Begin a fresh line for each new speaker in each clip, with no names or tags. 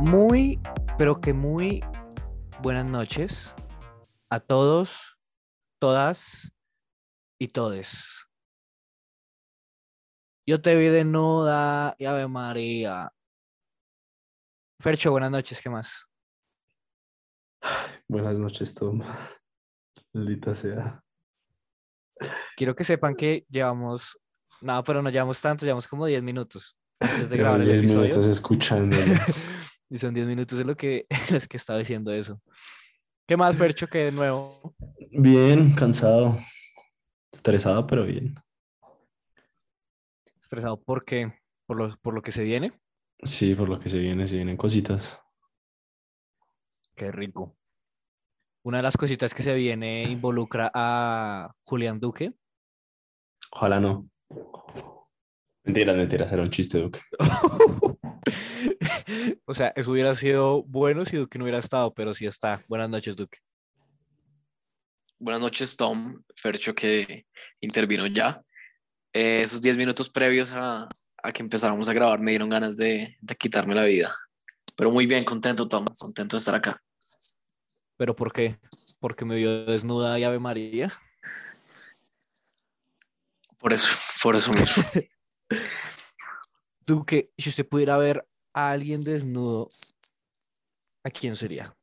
Muy, pero que muy buenas noches a todos, todas y todes. Yo te vi desnuda y Ave María. Fercho, buenas noches, ¿qué más?
Buenas noches, Tom. Maldita sea.
Quiero que sepan que llevamos, no, pero no llevamos tanto, llevamos como 10 minutos antes de
Llevo
grabar el
10
episodio.
minutos escuchándolo.
Y son 10 minutos en, lo que, en los que estaba diciendo eso. ¿Qué más, Fercho, que de nuevo?
Bien, cansado. Estresado, pero bien.
Estresado porque por lo, por lo que se viene.
Sí, por lo que se viene, se vienen cositas.
Qué rico. Una de las cositas que se viene involucra a Julián Duque.
Ojalá no. Mentiras, mentiras, era un chiste, Duque.
o sea, eso hubiera sido bueno si Duque no hubiera estado, pero sí está. Buenas noches, Duque.
Buenas noches, Tom. Fercho que intervino ya. Eh, esos 10 minutos previos a, a que empezáramos a grabar me dieron ganas de, de quitarme la vida. Pero muy bien, contento, Tom. Contento de estar acá.
¿Pero por qué? Porque me vio desnuda y Ave María.
Por eso, por eso mismo.
Duque, si usted pudiera ver a alguien desnudo, ¿a quién sería?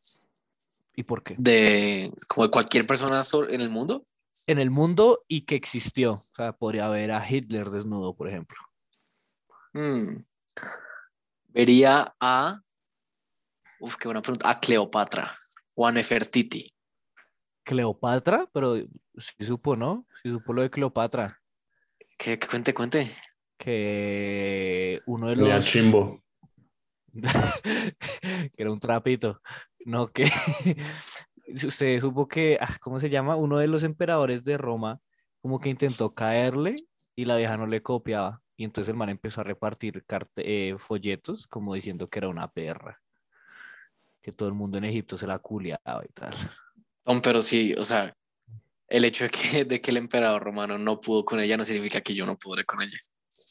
¿Y por qué?
De como de cualquier persona so- en el mundo.
en el mundo y que existió. O sea, podría haber a Hitler desnudo, por ejemplo.
mm, Vería a. Uf, qué buena pregunta. A Cleopatra o a Nefertiti.
Cleopatra, pero sí supo, ¿no? Sí supo lo de Cleopatra,
Que, que cuente, cuente.
que uno de los...
Ya chimbo.
que era un trapito. No, que usted supo que, ah, ¿cómo se llama? Uno de los emperadores de Roma como que intentó caerle y la vieja no le copiaba. Y entonces el man empezó a repartir carte- eh, folletos como diciendo que era una perra. Que todo el mundo en Egipto se la culiaba y tal.
Tom, pero sí, o sea, el hecho de que, de que el emperador romano no pudo con ella no significa que yo no podré con ella.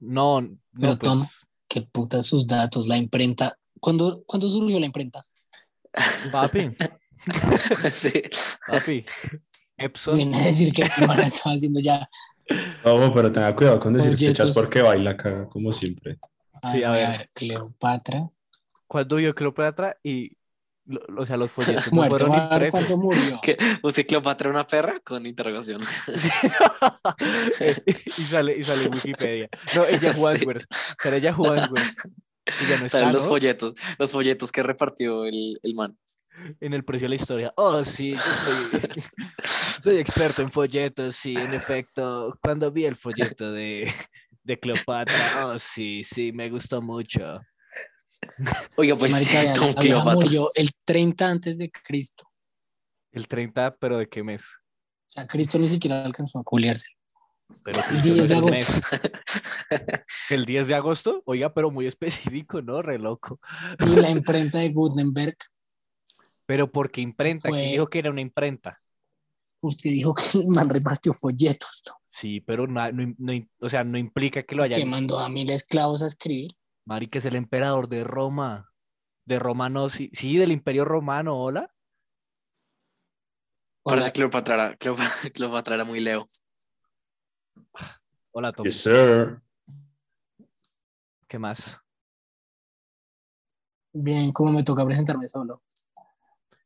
No, no,
Pero
pues,
Tom, qué puta sus datos, la imprenta. ¿Cuándo, ¿cuándo surgió la imprenta?
papi,
Sí.
papi. Epson,
Viene a decir que mi hermana estaba haciendo ya.
Ojo, pero tenga cuidado con decir
Folletos.
fechas porque baila caga, como siempre.
Ay,
Sí, a
voy
ver.
Cleopatra.
cuando vio Cleopatra y, lo- lo- o sea, los folletos no
Muerto,
fueron
va a ver
impresos.
cuándo murió.
¿Qué? ¿Usted Cleopatra era una perra? Con interrogación.
y sale y sale en Wikipedia. No, ella
Sí.
Wadsworth. Pero ella Wadsworth. Y ya no está,
¿Saben los
¿no?
folletos? Los folletos que repartió el, el man.
En el precio de la historia. Oh, sí, yo soy, soy experto en folletos, sí, en efecto. Cuando vi el folleto de, de Cleopatra, oh, sí, sí, me gustó mucho.
Oiga, pues
Marica,
sí,
vea,
Tom
la vieja
Cleopatra.
murió el 30 antes de Cristo.
El 30, pero ¿de qué mes?
O sea, Cristo ni siquiera alcanzó a culiarse.
Pero
El
Cristo
10 de
no es el
agosto.
mes. El 10 de agosto, oiga, pero muy específico, ¿no? Re loco.
Y la imprenta de Gutenberg,
Pero porque imprenta, ¿quién
Fue-
dijo que era una imprenta?
usted dijo que el man repartió folletos, Tom,
Sí, pero na- no, im- no im- o sea, no implica que lo
que
hayan.
mandó a mil esclavos a escribir.
Marica es el emperador de Roma. De Roma no, sí, sí, del Imperio Romano, hola.
Parece
Hola,
que Cleopatra era, Cleopatra, Cleopatra era muy Leo.
Hola, Tom.
Yes, sir.
¿Qué más?
Bien, como me toca presentarme solo.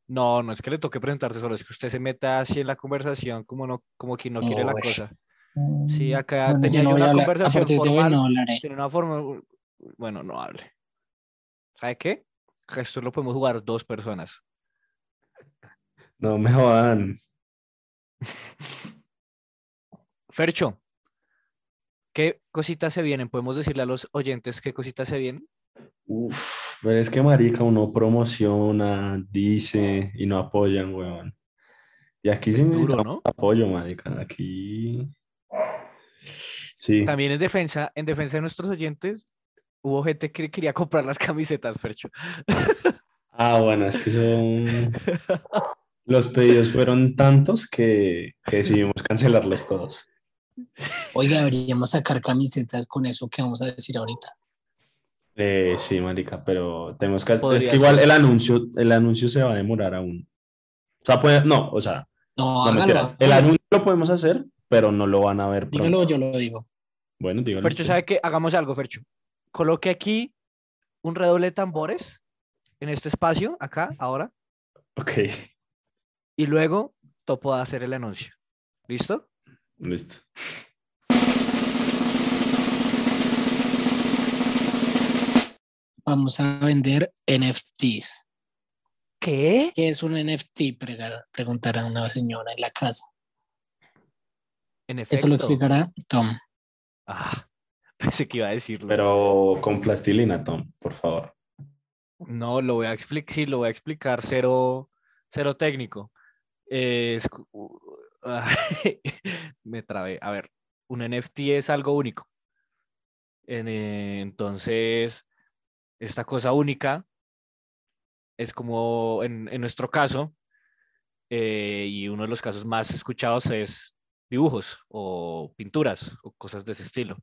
No, no es que le toque presentarse solo, es que usted se meta así en la conversación como no, como quien no quiere la
No, uy.
cosa.
Mm,
Sí, acá
bueno,
tenía
ya no
yo
voy a
una
hablar. A
conversación
partir de hoy
formal.
no hablaré.
Tiene una forma. Bueno, no hable. ¿Sabe qué? Esto lo podemos jugar dos personas.
No me jodan.
Fercho, ¿qué cositas se vienen? ¿Podemos decirle a los oyentes qué cositas se vienen?
Uf, pero es que marica uno promociona, dice y no apoyan, weón. Y aquí sí
Es
necesitamos
duro, ¿no?
apoyo, marica. Aquí sí.
También en defensa, en defensa de nuestros oyentes, hubo gente que quería comprar las camisetas, Fercho.
Ah, bueno, es que son los pedidos fueron tantos que, que decidimos cancelarlos todos.
Oiga, deberíamos sacar camisetas con eso que vamos a decir ahorita.
Eh, sí, marica, pero tenemos que...
Podría
Es que igual
ser.
el anuncio, el anuncio se va a demorar aún. O sea, puede- no, o sea,
No,
no
hágalo.
mentiras. El anuncio lo podemos hacer, pero no lo van a ver pronto.
Dígalo, yo lo digo.
Bueno, dígalo.
Fercho,
usted.
¿sabe qué? Hagamos algo, Fercho. Coloque aquí un redoble de tambores en este espacio, acá, ahora,
Ok,
y luego Topo va a hacer el anuncio. ¿Listo?
listo.
Vamos a vender NFTs.
¿Qué?
¿Qué es un NFT? Pregar- Preguntará una señora en la casa.
En efecto.
Eso lo explicará Tom.
Ah, pensé que iba a decirlo.
Pero con plastilina, Tom, por favor.
No, lo voy a explicar, sí, lo voy a explicar cero, cero técnico. Eh, es cu- u- ah, me trabé. A ver, un NFT es algo único. En- eh, entonces, esta cosa única es como en, en nuestro caso, eh, y uno de los casos más escuchados es dibujos o pinturas o cosas de ese estilo.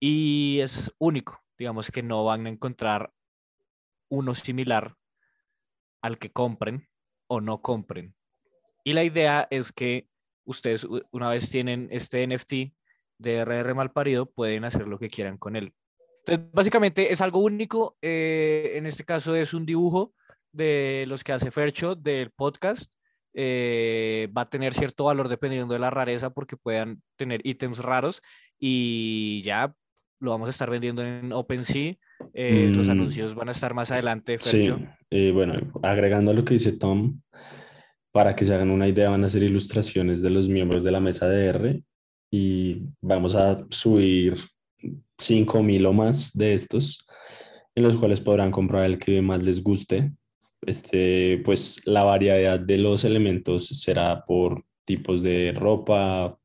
Y es único, digamos que no van a encontrar uno similar al que compren o no compren. Y la idea es que ustedes, u- una vez tienen este NFT de RR Malparido, pueden hacer lo que quieran con él. Entonces, básicamente es algo único. eh, en este caso es un dibujo de los que hace Fercho del podcast. eh, va a tener cierto valor dependiendo de la rareza porque puedan tener ítems raros y ya lo vamos a estar vendiendo en OpenSea. eh, Los
Mm.
anuncios van a estar más adelante,
Sí,
Fercho.
y bueno, agregando a lo que dice Tom, para que se hagan una idea, van a hacer ilustraciones de los miembros de la mesa de R y vamos a subir 5.000 o más de estos, en los cuales podrán comprar el que más les guste. Este, pues la variedad de los elementos será por tipos de ropa,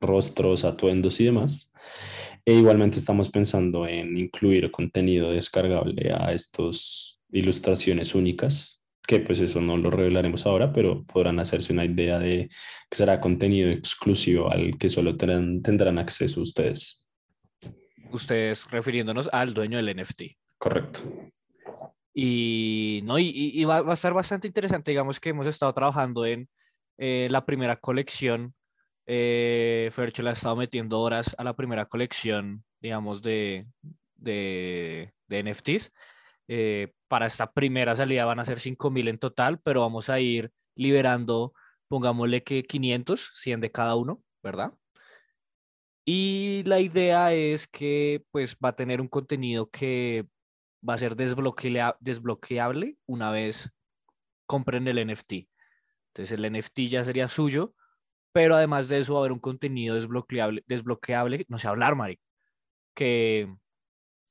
rostros, atuendos y demás. E igualmente estamos pensando en incluir contenido descargable a estas ilustraciones únicas, que pues eso no lo revelaremos ahora, pero podrán hacerse una idea de que será contenido exclusivo al que solo tendrán, tendrán acceso ustedes.
ustedes refiriéndonos al dueño del NFT.
Correcto.
Y, no, y, y- y va, va a estar bastante interesante, digamos que hemos estado trabajando en eh, la primera colección. Eh, Fercho le ha estado metiendo horas a la primera colección, digamos, de, de, de NFTs. Eh, para esta primera salida van a ser 5.000 en total, pero vamos a ir liberando, pongámosle que 500, 100 de cada uno, ¿verdad? Y la idea es que pues va a tener un contenido que va a ser desbloquea- desbloqueable una vez compren el NFT. Entonces el NFT ya sería suyo, pero además de eso va a haber un contenido desbloqueable, desbloqueable no sé hablar, Mari, que,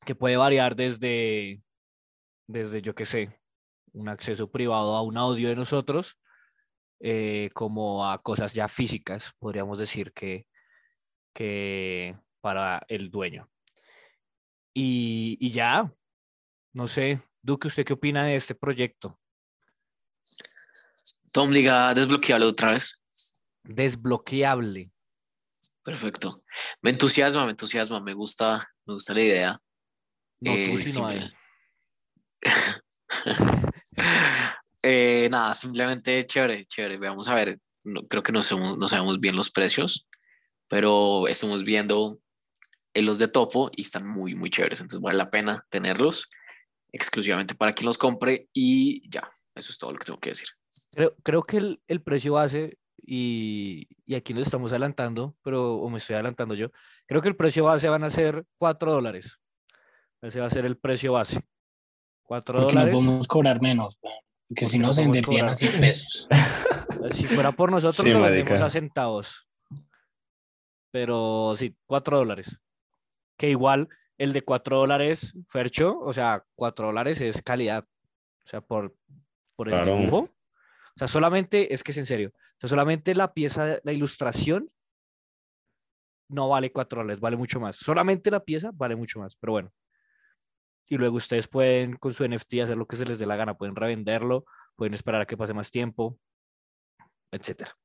que puede variar desde, desde, yo qué sé, un acceso privado a un audio de nosotros, eh, como a cosas ya físicas, podríamos decir que, que para el dueño. Y, y ya, no sé, Duque, ¿usted qué opina de este proyecto?
Tom, diga, desbloquearlo otra vez.
Desbloqueable.
Perfecto. Me entusiasma, me entusiasma, me gusta, me gusta la idea.
No, tú,
Eh,
sino a
simple-
él.
Eh, nada, simplemente chévere, chévere. Veamos a ver. No, creo que no sabemos, no sabemos bien los precios, pero estamos viendo eh, los de topo y están muy, muy chéveres. Entonces vale la pena tenerlos exclusivamente para quien los compre y ya. Eso es todo lo que tengo que decir.
Creo, creo que el, el precio base, y, y aquí nos estamos adelantando, pero o me estoy adelantando yo, creo que el precio base van a ser 4 dólares. Ese va a ser el precio base. 4
Porque no
dólares.
podemos cobrar menos. weón. Porque si
Porque
no,
no
se
podemos
venderían a
cobrar.
100 pesos.
eh, Si fuera por nosotros,
Sí,
lo vendemos
marica.
a centavos. Pero sí, 4 dólares. Que igual el de 4 dólares, Fercho, o sea, 4 dólares es calidad. O sea, por, por el
Claro.
dibujo. O sea, solamente, es que es en serio. O sea, solamente la pieza, la ilustración no vale 4 dólares, vale mucho más. Solamente la pieza vale mucho más, pero bueno. Y luego ustedes pueden con su NFT hacer lo que se les dé la gana, pueden revenderlo, pueden esperar a que pase más tiempo, etcétera.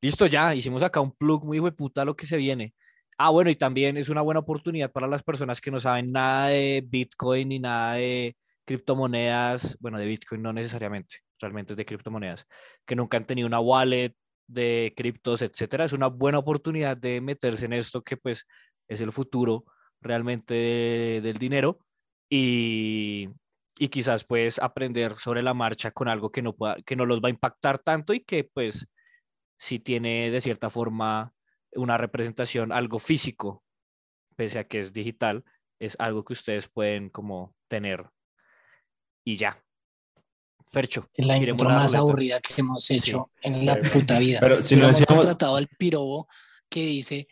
Listo, ya hicimos acá un plug muy hijo de puta a lo que se viene. Ah, bueno, y también es una buena oportunidad para las personas que no saben nada de Bitcoin ni nada de criptomonedas, bueno, de Bitcoin no necesariamente, realmente es de criptomonedas, que nunca han tenido una wallet de criptos, etcétera. Es una buena oportunidad de meterse en esto que pues es el futuro realmente de- del dinero y, y quizás pues aprender sobre la marcha con algo que no, pueda, que no los va a impactar tanto y que pues sí tiene de cierta forma una representación, algo físico, pese a que es digital, es algo que ustedes pueden como tener y ya. Fercho,
Es la
Giremos
intro
la
más
ruleta.
aburrida que hemos hecho en la
Pero-
puta vida.
Pero si no
Hubiéramos
decíamos,
contratado al pirobo que dice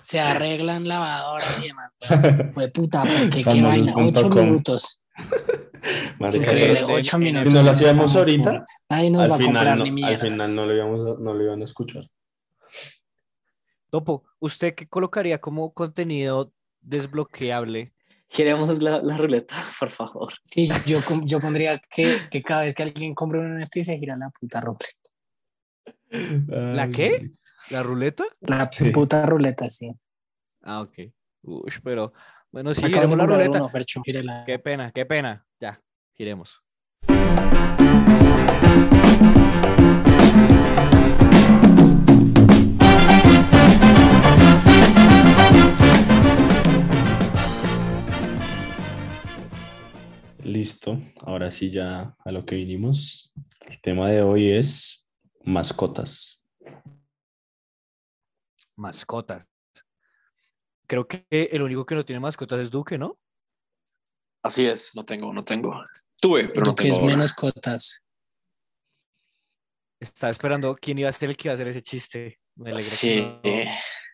se arreglan lavadoras y demás. weón. Fue puta, porque qué
Famosos
vaina.
punto
Ocho
com.
minutos.
marica,
Increíble,
pero
ocho
en- en-
minutos.
si nos lo hacíamos
Estamos,
ahorita,
weón. Nadie nos va
al
a comprar
final, no,
ni
al
mierda.
final no, lo íbamos a- no lo iban a escuchar.
Topo, ¿usted qué colocaría como contenido desbloqueable?
Queremos la, la ruleta, por favor.
Sí, yo, com- yo pondría que, que cada vez que alguien compre una NFT se gira la puta ruleta.
¿La
qué? ¿La ruleta?
La
Sí.
puta ruleta, sí.
Ah, ok. Uy, pero bueno, sí,
Acabo de
giremos la
comprar
ruleta.
uno, Fercho, gírela.
Qué pena, qué pena. Ya, giremos.
Listo, ahora sí ya a lo que vinimos. El tema de hoy es mascotas.
Mascotas. Creo que el único que no tiene mascotas es Duque, ¿no?
Así es, no tengo, no tengo. Tuve, pero no
Lo que
tengo.
es
ahora.
menos cotas.
Estaba esperando quién iba a ser el que iba a hacer ese chiste. Me alegra
Sí.
que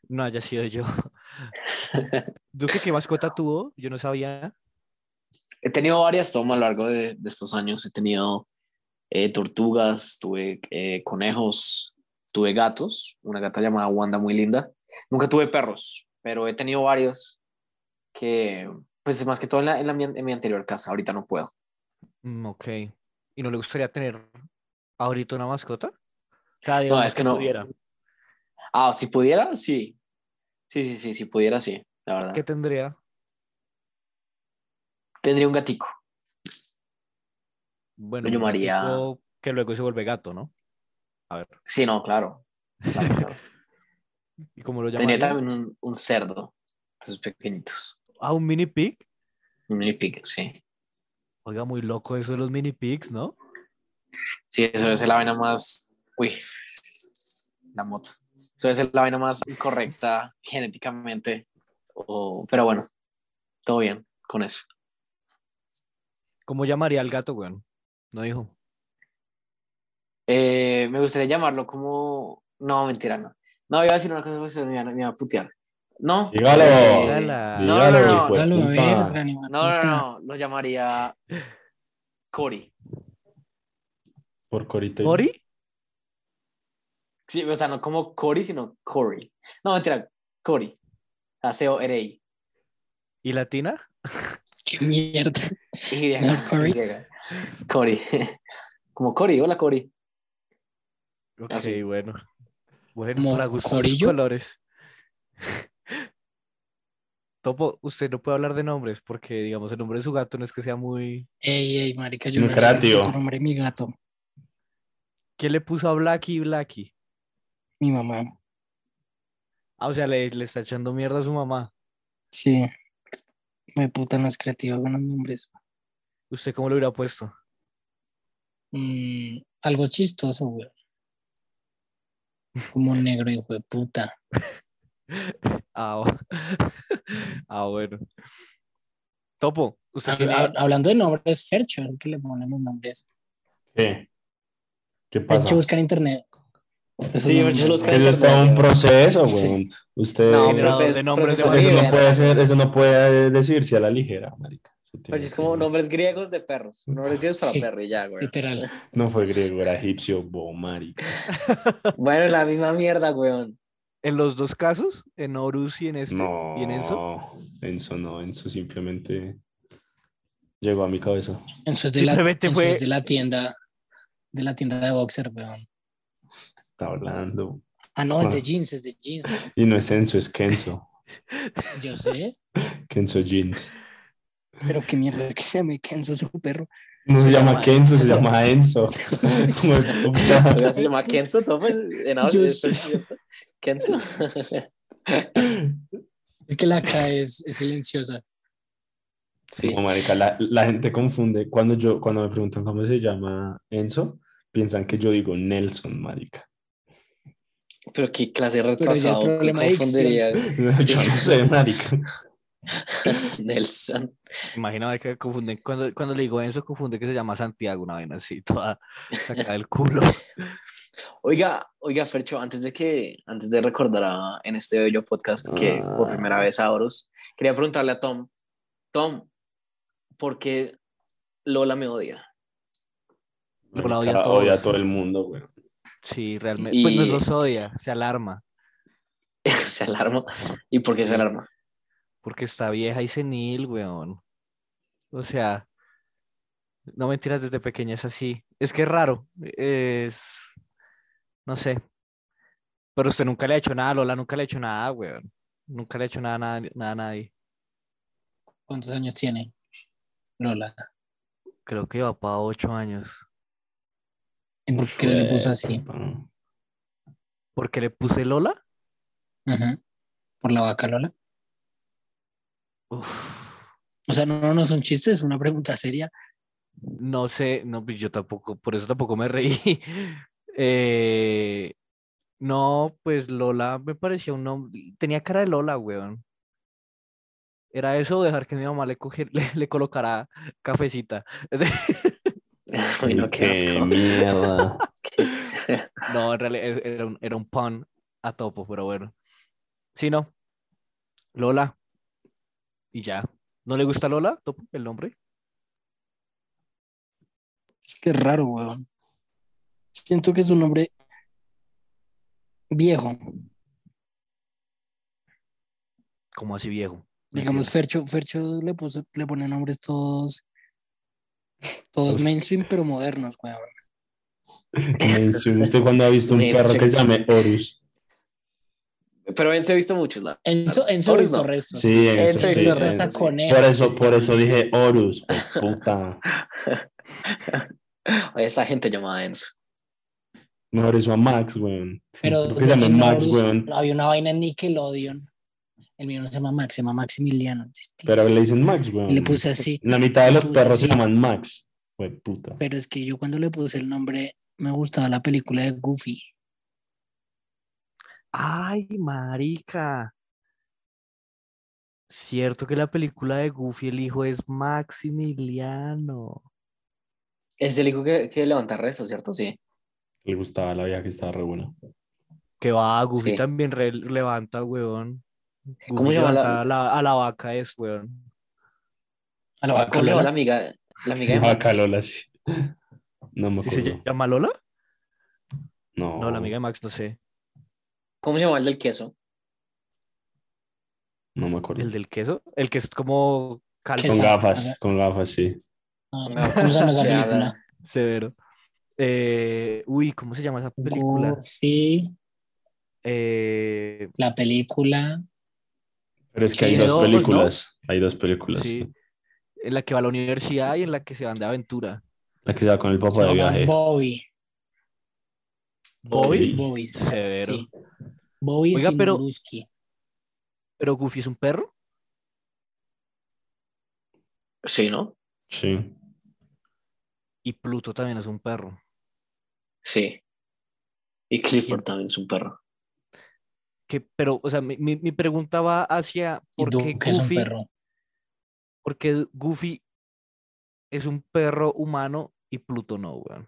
no, no haya sido yo. Duque, ¿qué mascota tuvo? Yo no sabía.
He tenido varias tomas a lo largo de, de estos años. He tenido eh, tortugas, tuve eh, conejos, tuve gatos, una gata llamada Wanda muy linda. Nunca tuve perros, pero he tenido varios que, pues más que todo en, la- en la mi- en mi anterior casa, ahorita no puedo.
Mm, ok. ¿Y no le gustaría tener ahorita una mascota? Cada
No, es que no. Ah, si pudiera, sí. Sí, sí, sí, si pudiera, sí, la verdad.
¿Qué tendría?
Tendría un gatico.
Bueno,
Lo
un
llamaría-
gatico que luego se vuelve gato, ¿no? A ver,
Sí, no, claro. Claro, claro.
¿y cómo lo
Tendría
llamaría?
también un, un cerdo, esos pequeñitos.
Ah, un mini pig.
Un mini pig, sí.
Oiga, muy loco eso de los mini pigs, ¿no?
Sí, eso es la vaina más. Uy, la moto. Eso es la vaina más incorrecta genéticamente. o- Pero bueno, todo bien con eso.
¿Cómo llamaría al gato, weón? No dijo.
Eh, me gustaría llamarlo como. No, mentira, no. No, iba a decir una cosa, pues, me iba, me iba a putear. No.
Dígalo.
eh,
Dígala.
no,
Dígalo,
no, no,
hijo de
Dale, a ver,
puta.
granima
No, no,
puta.
no, lo llamaría Cory.
Por Corito. y-
¿Mori?
Sí, o sea, no como Cory, sino Cory. No, mentira, Cory. A C-O-R-I.
¿Y latina?
Qué mierda.
Y.
No, Cory.
Y. Cory. Como Cory, hola Cory.
Ok,
Ah, sí.
bueno. Bueno,
¿Como
para gustos
corillo?
colores. Topo, usted no puede hablar de nombres porque, digamos, el nombre de su gato no es que sea muy...
Ey, ey, marica, yo no le
Lucrativo.
tu nombre a mi gato,
¿Quién le puso a Blacky y Blacky?
mi mamá.
Ah, o sea, le, le está echando mierda a su mamá.
Sí. Me putan las creativas con los nombres.
¿Usted cómo lo hubiera puesto?
Mm, algo chistoso, güey. Como un negro, hijo de puta.
Ah, ah, bueno. Topo, usted
Hab-
tiene...
hab- hablando de nombres, Fercho, el que le ponen los nombres.
¿Qué? ¿Qué pasa?
Fercho busca en internet. Esos
Sí,
nombres.
Fercho busca en
Que Eso es todo un proceso, weón.
Sí.
Usted
No, pues,
generador
profe-
de nombres
eso,
profesor
eso no
Rivera.
puede ser, eso no puede decirse a la ligera, marica. Eso tiene
Pero Pues es
que-
como nombres griegos de perros. Nombres griegos para
Sí.
perro y ya, güey.
Literal.
No fue griego, era egipcio, bo, marica.
Bueno, la misma mierda, güey.
En los dos casos, en Horus y en este.
No.
¿Y en Enzo?
Enzo no, Enzo simplemente llegó a mi cabeza.
Eso es de la,
Simplemente
eso
fue-
es de la tienda. De la tienda de boxer, weón.
Está hablando.
Ah, no, es
Ah.
de jeans, es de jeans.
Y no es Enzo, es Kenzo.
Yo sé,
Kenzo Jeans.
pero qué mierda que se me Kenzo su perro.
No se llama
llama
Kenzo, se llama Enzo. Hijo de puta.
se llama Kenzo, toma. En
Yo
audio,
sé.
Kenzo.
Es que la K es, es silenciosa.
Sí.
No, marica, la, la gente confunde. Cuando yo, cuando me preguntan cómo se llama Enzo, piensan que yo digo Nelson, marica.
Pero qué clase de
Pero ya el
retrasado. ¿cómo
problema de dicción.
confundiría
Yo no sé, marica.
Nelson.
Imagina que confunden, cuando, cuando le digo Enzo, confunde que se llama Santiago, una vaina así, toda sacada del culo.
Oiga, oiga, Fercho, antes de que, antes de recordar a- en este bello podcast que por
Ah.
primera vez a Horus, quería preguntarle a Tom, Tom, ¿por qué Lola me odia?
Yo la odio a
Marica,
todos.
odio a todo el mundo, güey.
Sí, realmente. Pues nos
Y-
los odia, se alarma,
se alarma. ¿Y por qué se alarma?
porque está vieja y senil, weón. O sea, no mentiras, desde pequeña es así. Es que es raro, es. No sé. Pero usted nunca le ha hecho nada, Lola nunca le ha hecho nada, weón. Nunca le ha hecho nada, nada, nada a nadie.
¿Cuántos años tiene? Lola.
Creo que va para ocho años.
¿Y por qué
Pues
le puso así?
Papá.
¿Por qué le puse Lola?
Ujú. ¿Por la vaca Lola?
Uf.
O sea, no, no son chistes, es una pregunta seria.
No sé, no, pues yo tampoco, por eso tampoco me reí. Eh, no, pues Lola me parecía un nombre, tenía cara de Lola, weón. Era eso, o dejar que mi mamá le, coge- le, le colocara cafecita.
Uy, no, qué
Qué
asco.
mierda.
No, en realidad era- era un, era un pun a topo, pero bueno. Sí, no. Lola. Y ya. ¿No le gusta Lola, topo, el nombre?
Es que es raro, weón. Siento que es un hombre viejo.
Como así viejo. No
Digamos,
entiendo.
Fercho, Fercho le, puso, le pone nombres todos, todos
Todos.
mainstream, pero modernos, weón.
Nelson, ¿Usted cuando ha visto un
Nelson.
perro que se llame Horus?
Pero Enzo he visto muchos, la
Enzo, Enzo
Ahora
hizo
no.
restos.
Sí, eso
Enzo
Enzo
sí,
hizo
hizo
sí.
restos hasta
sí.
conejos.
Por eso, por eso dije Horus, oh, puta.
esa gente llamada Enzo.
Mejor eso a Max, weón.
Pero
Creo que se llama
en
Max,
Horus
weón.
Había una vaina en Nickelodeon. El mío no se llama Max, se llama Maximiliano. distinto.
Pero le dicen Max, weón.
Y le puse así.
La mitad de
le
los
puse
perros se
así.
llaman Max. Güey, puta.
Pero es que yo cuando le puse el nombre, me gustaba la película de Goofy.
Ay, marica. Cierto que la película de Goofy, el hijo es Maximiliano.
Es el hijo que, que levanta rezo, ¿cierto? Sí.
Le gustaba la vieja que estaba re buena.
Que va, Goofy
Sí.
también re- levanta, weón.
¿Cómo
Goofy
se llama la-
levantaba a la, a la vaca es, weón.
A la
Ah,
vaca
¿Cómo se llama la
Lola.
amiga, la amiga de Max?
Vaca Lola, sí. No me
¿Sí se
acuerdo.
llama Lola?
No.
No, la amiga de Max, no sé.
¿Cómo se llama el del queso?
No me acuerdo.
¿El del queso? El que es como calvo,
Con
Esa-
gafas,
Ajá.
con gafas, sí.
Ah, ¿Cómo se llama esa
Que
película?
habla-
severo. Eh, uy, ¿cómo se llama esa película?
Goofy,
Eh,
la película.
Pero es que hay
Sí,
dos
no, pues, no.
películas. Hay dos películas.
sí. En la que va a la universidad y en la que se van de aventura.
La que se va con el
Se
papá de
llama
viaje.
Bobby.
Bobby.
Bobby.
Severo.
Sí. Bobby
Oiga, pero-
Siguruski.
¿Pero Goofy es un perro?
Sí, ¿no?
Sí.
Y Pluto también es un perro.
Sí. Y Clifford también es un perro.
Que, pero, o sea, mi, mi- mi pregunta va hacia
Y
por qué,
Duke es un
Goofy,
perro.
por qué Goofy es un perro humano y Pluto no, weón.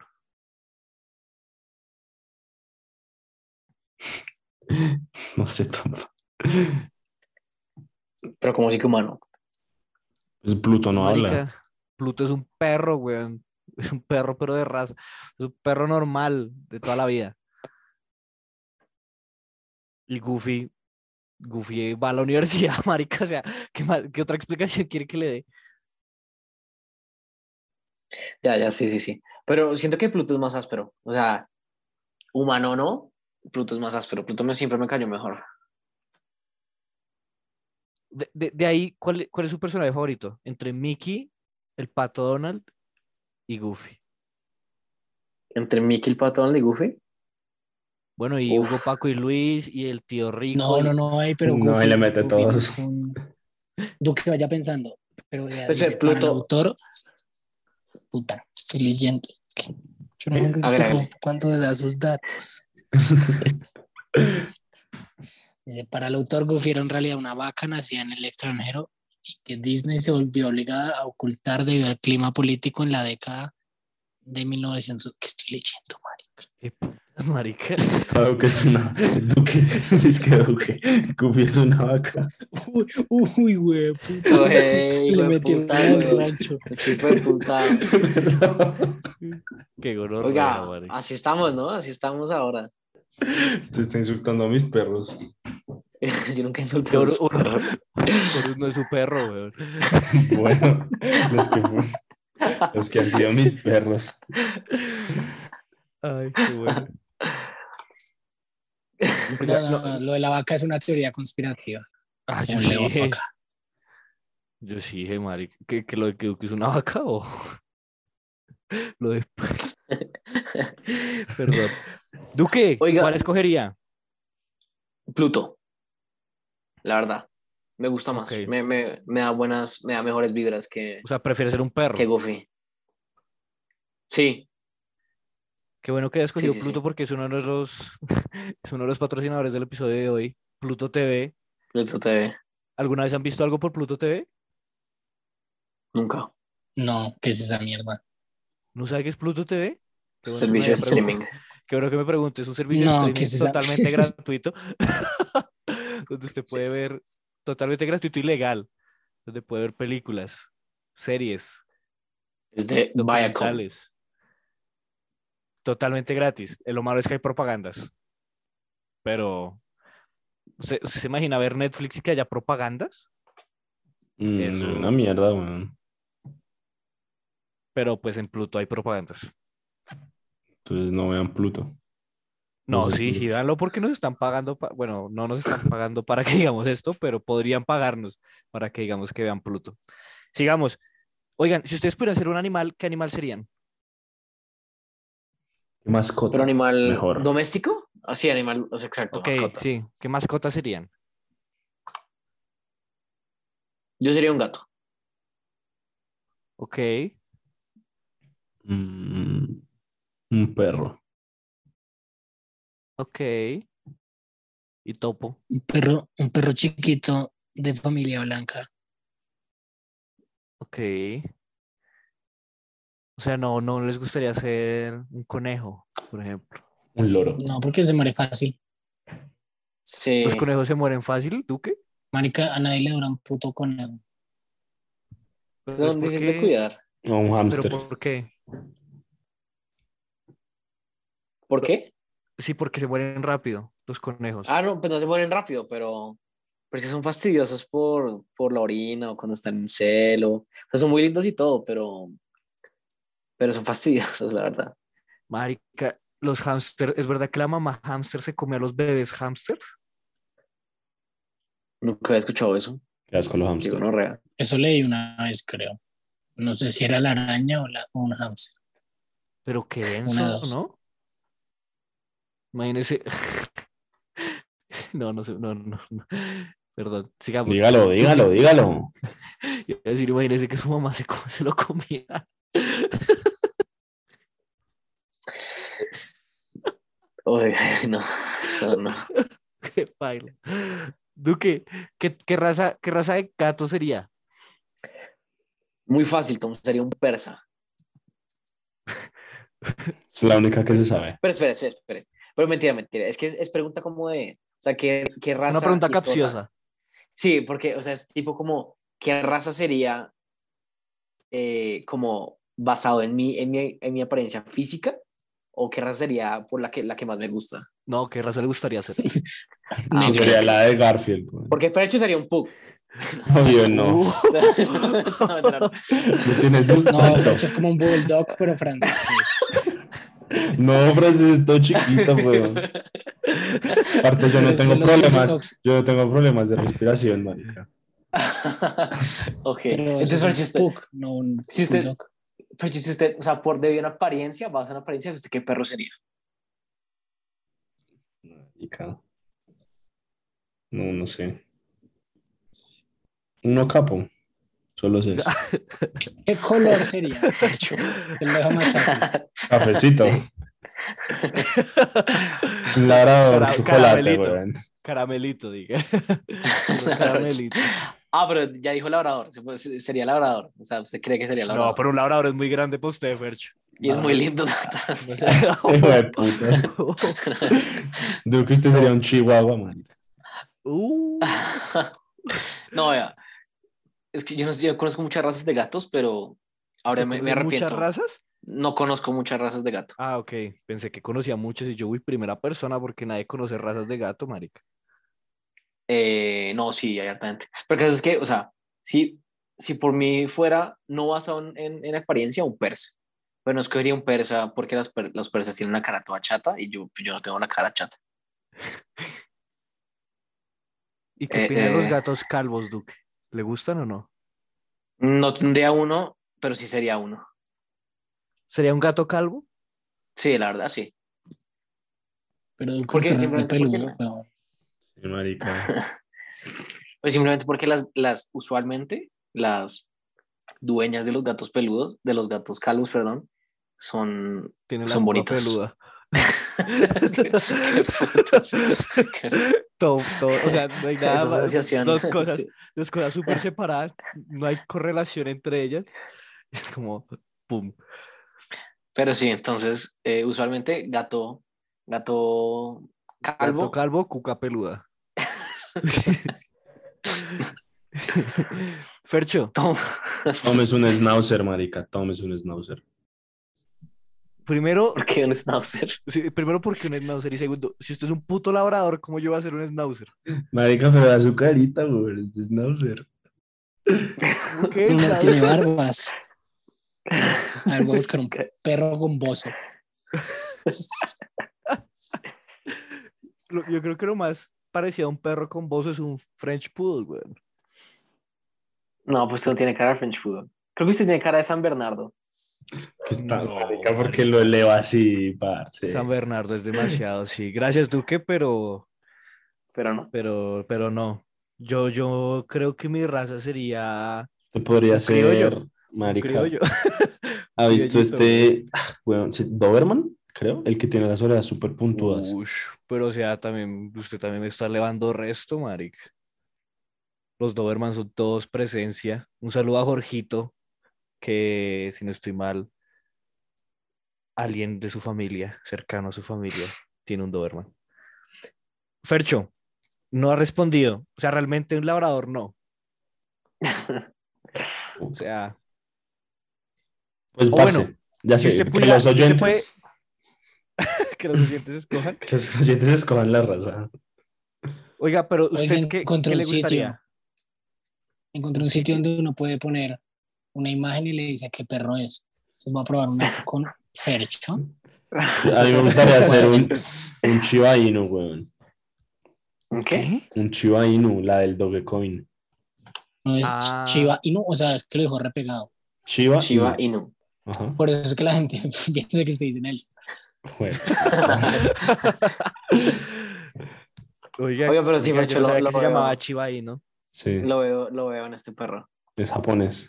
No sé tampoco.
Pero como sí que humano.
Pues Pluto no habla.
Marica, Pluto es un perro, weón. Es un perro, pero de raza. Es un perro normal de toda la vida. Y Goofy, Goofy va a la universidad, marica. O sea, ¿qué, más- qué otra explicación quiere que le dé?
Ya, ya, sí, sí, sí. Pero siento que Pluto es más áspero. O sea, humano no, Pluto es más áspero. Pluto me, siempre me cayó mejor.
De, de- de ahí, ¿cuál, ¿cuál es su personaje favorito? Entre Mickey, el pato Donald y Goofy.
Entre Mickey, el patón y Goofy.
Bueno, y
Uf.
Hugo, Paco y Luis y el tío Rico.
No,
y-
no, no, ey, pero
No,
Goofy-
y le mete
Goofy no
todos.
es un- Yo que vaya pensando, pero vea,
Pues,
dice,
eh, Pluto.
para el autor, puta, estoy leyendo. Yo no
Eh,
me
a ver, a ver.
interrumpo cuando le da sus datos. Dice, para el autor Goofy era en realidad una vaca nacida en el extranjero y que Disney se volvió obligada a ocultar debido al clima político en la década de 1900 que estoy leyendo, marica.
Qué putas, marica.
Duque es una. Duque. Es que Duque. Goofy es una vaca.
Uy, uy, güey, puta.
Ey,
le
hijo de
metieron
puta,
en el
weón.
rancho.
Equipo de puta.
Qué gorro.
Oiga,
ah,
así estamos, ¿no? Así estamos ahora.
Usted está insultando a mis perros.
Yo nunca insulté a
Horus
un perro.
Horus no es su perro, weón.
Bueno, los que, fu- los que han sido mis perros.
Ay, qué bueno.
No, no, no, lo de la vaca es una teoría conspirativa.
Ah, yo
Un
sí,
león
dije-
vaca.
yo sí dije, marica, que, que lo de que Duque es una vaca o lo de... Perdón. Duque,
Oiga.
¿cuál escogería?
Pluto. La verdad. Me gusta más.
Ok.
Me, me- me da buenas, me da mejores vibras que,
O sea, prefiere ser un perro.
que
Qué,
Goofy. Sí,
bueno que hayas escogido
sí, sí.
Pluto porque es uno de los es uno de los patrocinadores del episodio de hoy. Pluto TV.
Pluto TV.
¿Alguna vez han visto algo por Pluto TV?
Nunca.
No, ¿qué es esa mierda?
¿No sabe qué es Pluto TV? Qué bueno que me haya
Servicio de
preguntado.
streaming.
Qué bueno que me preguntes, es un servicio
No,
de
que
streaming
se sa-
totalmente gratuito, donde usted puede ver, totalmente gratuito y legal, donde puede ver películas, series,
Es de Viacom.
documentales, totalmente gratis. Eh, Lo malo es que hay propagandas, pero ¿se, se imagina ver Netflix y que haya propagandas?
Mm,
Eso.
Una mierda, weón.
Pero pues en Pluto hay propagandas.
Entonces no vean Pluto.
No,
Ujú.
sí, sí, danlo porque nos están pagando, pa- bueno, no nos están pagando para que digamos esto, pero podrían pagarnos para que digamos que vean Pluto. Sigamos. Oigan, si ustedes pudieran ser un animal, ¿qué animal serían?
¿Qué mascota?
Pero animal
Mejor.
doméstico. Así, animal, o sea, exacto,
Ok,
mascota.
sí, ¿qué mascotas serían?
Yo sería un gato.
Ok,
Mm, un perro.
ok. Y topo.
Un perro, un perro chiquito de familia blanca.
Ok. O sea, no, no les gustaría ser un conejo, por ejemplo.
Un loro.
No, porque se muere fácil.
Sí.
¿Los conejos se mueren fácil, Duque?
Marica, a nadie le dura un puto conejo.
Pero es
Son difíciles de
porque-
cuidar.
O un hámster.
¿Pues ¿Pero por qué?
¿Por qué?
Sí, porque se mueren rápido los conejos.
Ah, no, pues no se mueren rápido, pero porque son fastidiosos por, por la orina o cuando están en celo. O sea, son muy lindos y todo, pero, pero son fastidiosos, la verdad.
Marica, los hámster, ¿es verdad que la mamá hámster se come a los bebés hámster?
Nunca había escuchado eso.
Qué asco los
Digo,
hámster.
no, rea.
Eso leí una vez, creo. No sé si era la araña o, la, o un hámster.
Pero qué
Una de
denso,
dos.
¿no? Imagínese. No, no sé, no, no, no. Perdón, sigamos.
Dígalo, dígalo, dígalo.
Yo iba a decir, imagínese que su mamá se, co- se lo comía.
Uy, no, no, no.
Qué baila. Duque, ¿qué, qué raza, ¿qué raza de gato sería?
Muy fácil, Tom, sería un persa.
Es la única que se sabe.
Pero espera, espera, espera. Pero mentira, mentira. Es que es, es pregunta como de, o sea, ¿qué, qué raza?
Una pregunta
y sota?
capciosa.
Sí, porque, o sea, es tipo como, ¿qué raza sería eh, como basado en mi, en, mi, en mi apariencia física? ¿O qué raza sería por la que, la que más me gusta?
No, ¿qué raza le gustaría ser?
Ah,
Me-
ok.
Sería la de Garfield. weón.
Porque Fercho sería un pug.
Obvio, no.
Uh,
No, mentira.
No tiene
No,
sustancia.
Fercho es como un bulldog, pero francés.
No, Francis, estoy chiquito, weón. Aparte, yo no
Pero es
tengo
que los
problemas.
bulldogs-
Yo no tengo problemas de respiración, marica.
ok.
Pero
Entonces,
eso
Fercho,
es
usted,
un pug, no un
Si usted-
bulldog.
Fercho, si usted, o sea, por debido a una apariencia, basado en una apariencia, ¿usted qué perro sería?
Marica. No, no sé. Uno capo. Solo es eso.
¿Qué color sería? Fercho? Te lo dejo más fácil.
Cafecito. Un labrador,
Cara-
chocolate,
caramelito.
weón.
Caramelito, diga. Un caramelito.
Ah, pero ya dijo labrador, se puede- se- sería labrador. O sea, usted cree que sería labrador.
No, pero un labrador es muy grande pues, para usted, Fercho.
Y es muy lindo. también.
Hijo de putas. Digo que usted sería un chihuahua, marica.
Uh,
no, vea. Es que yo, no sé, yo conozco muchas razas de gatos, pero ahora
¿se
me, me
conocen
arrepiento.
¿Muchas razas?
No conozco muchas razas de gato.
Ah, ok. Pensé que conocía muchas y yo fui primera persona porque nadie conoce razas de gato, marica.
Eh, no, sí, hay harta gente. Porque es que, o sea, si, si por mí fuera no basado en, en, en apariencia, un persa. Pero no escogería un persa porque las per- los persas tienen una cara toda chata y yo, yo no tengo la cara chata.
¿Y qué
Eh,
opinan los
eh.
gatos calvos, Duque? ¿Le gustan o no?
No tendría uno, pero sí sería uno.
¿Sería un gato calvo?
Sí, la verdad, sí.
Pero Duque
Porque
usted no es muy
simplemente
peludo,
porque
weón.
Sí, marica.
Pues simplemente porque las, las usualmente las dueñas de los gatos peludos, de los gatos calvos, perdón, son...
Tienen la
Son
cola
bonitos.
peluda.
Qué- qué putas. Qué-
Todo- todo, o sea, no hay nada
esa
más.
asociación.
dos cosas.
Sí.
Las cosas súper separadas, no hay correlación entre ellas. Es como, pum.
Pero sí, entonces, eh, usualmente gato, gato calvo,
Gato calvo, cuca peluda. Fercho,
Tom-
Tom es un schnauzer, marica. Tom es un schnauzer.
primero,
¿Por qué un schnauzer?
sí, primero porque un schnauzer y segundo, si usted es un puto labrador, ¿cómo yo voy a ser un schnauzer?
Marica, pero da su carita, weón. Es de schnauzer.
¿Cómo que
No
schnauzer?
tiene barbas. A ver, voy a buscar un perro gomboso.
Lo- Yo creo que lo más parecido a un perro con voz es un French Poodle, güey.
No, pues usted no tiene cara de French Poodle. Creo que usted tiene cara de San Bernardo.
Que está,
No,
marica, porque lo eleva así, parce.
San Bernardo es demasiado, sí. Gracias, Duque, pero
Pero no.
pero, pero no. Yo, yo creo que mi raza sería
Te podría
Un criollo.
ser,
un
marica.
criollo.
¿Ha visto
criollito,
este, ah, weón, se- Doberman? Creo. El que tiene las orejas súper puntudas.
Ush, pero o sea, también, usted también me está elevando resto, marica. Los Doberman son todos presencia. Un saludo a Jorgito, que si no estoy mal, alguien de su familia, cercano a su familia, tiene un Doberman. Fercho, no ha respondido. O sea, realmente un labrador no. O sea,
Pues,
O
parce,
Oh, bueno,
ya
si
sé,
usted
que
pudiera-
los
si usted
oyentes,
que los oyentes escojan.
que los oyentes escojan la raza.
Oiga, pero usted
Oigan,
qué,
contra
qué
un
le
sitio.
gustaría?
Encontré un sitio donde uno puede poner una imagen y le dice qué perro es. Entonces voy a probar una con Fercho.
A mí me gustaría hacer un, un Chiba Inu, weón.
¿Qué?
Un Chiba Inu, la del Dogecoin.
No es
Ah.
Chiva Inu, o sea, es que lo dejó repegado.
Chiba
Shiba
Inu.
Inu.
Ajá.
Por eso es que la gente piensa que usted dice Nelson.
Weón.
Oiga,
Oiga, pero sí,
oiga,
Fercho,
yo no
lo-
sabía
lo
que se llamaba
veo.
Chiba Inu.
Sí,
Lo veo, lo veo en este perro.
es japonés.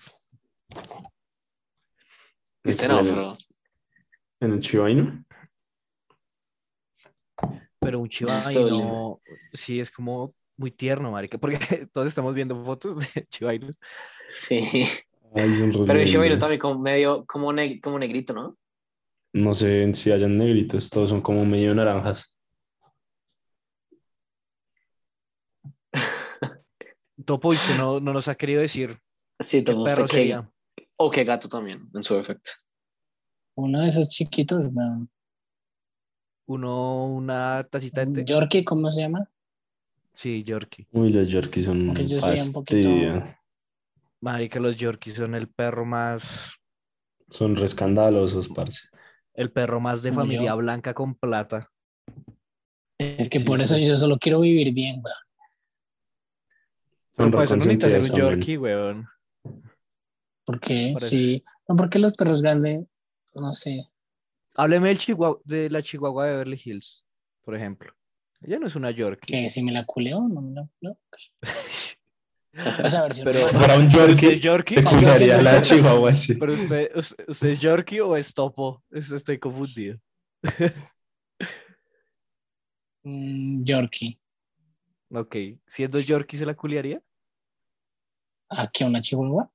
¿Viste? Este No,
En-
pero...
¿En el Chiba Inu?
Pero un Chiba
Está
Inu
doliendo.
sí es como muy tierno, marica, porque todos estamos viendo fotos de Chiba Inu.
Sí.
Ay, son
Pues
re
Pero Shiba Inu
lindos.
también como medio, como, neg- como negrito, ¿no?
No sé si hayan negritos, todos son como medio naranjas.
Topo, y usted no, no nos ha querido decir
Sí,
qué
te gusta
perro
que...
sería.
O que gato también, en su efecto.
Uno de esos chiquitos, weón.
Uno, una tacita de té.
Yorkie, ¿cómo se llama?
Sí, Yorkie.
Uy, los Yorkies son un
Aunque yo soy un poquito-
fastidio.
Marica, los Yorkies son el perro más,
Son re escandalosos, parce.
el perro más de
Como
familia
yo.
blanca con plata.
Es que
Sí,
por eso
sí.
yo solo quiero vivir bien, weón.
Pero pues,
Con
para eso no necesitas hacer un
consentidas también.
Yorkie, weón.
Porque
Parece.
sí. No, porque los perros grandes, no sé.
Hábleme del chihuahua, de la chihuahua de Beverly Hills, por ejemplo. Ella no es una Yorkie.
Que si me la culeo, no me la culeo. O sea, a ver si
Pero-
Para un
¿Usted es
Yorkie
Yorkie?
se
Yo
curaría
siento-
la Chihuahua, sí.
¿Pero usted, us- usted es Yorkie o es Topo? Es- Estoy confundido.
Mm, Yorkie.
Ok. Siendo Yorkie se la culiaría,
Aquí una chihuahua.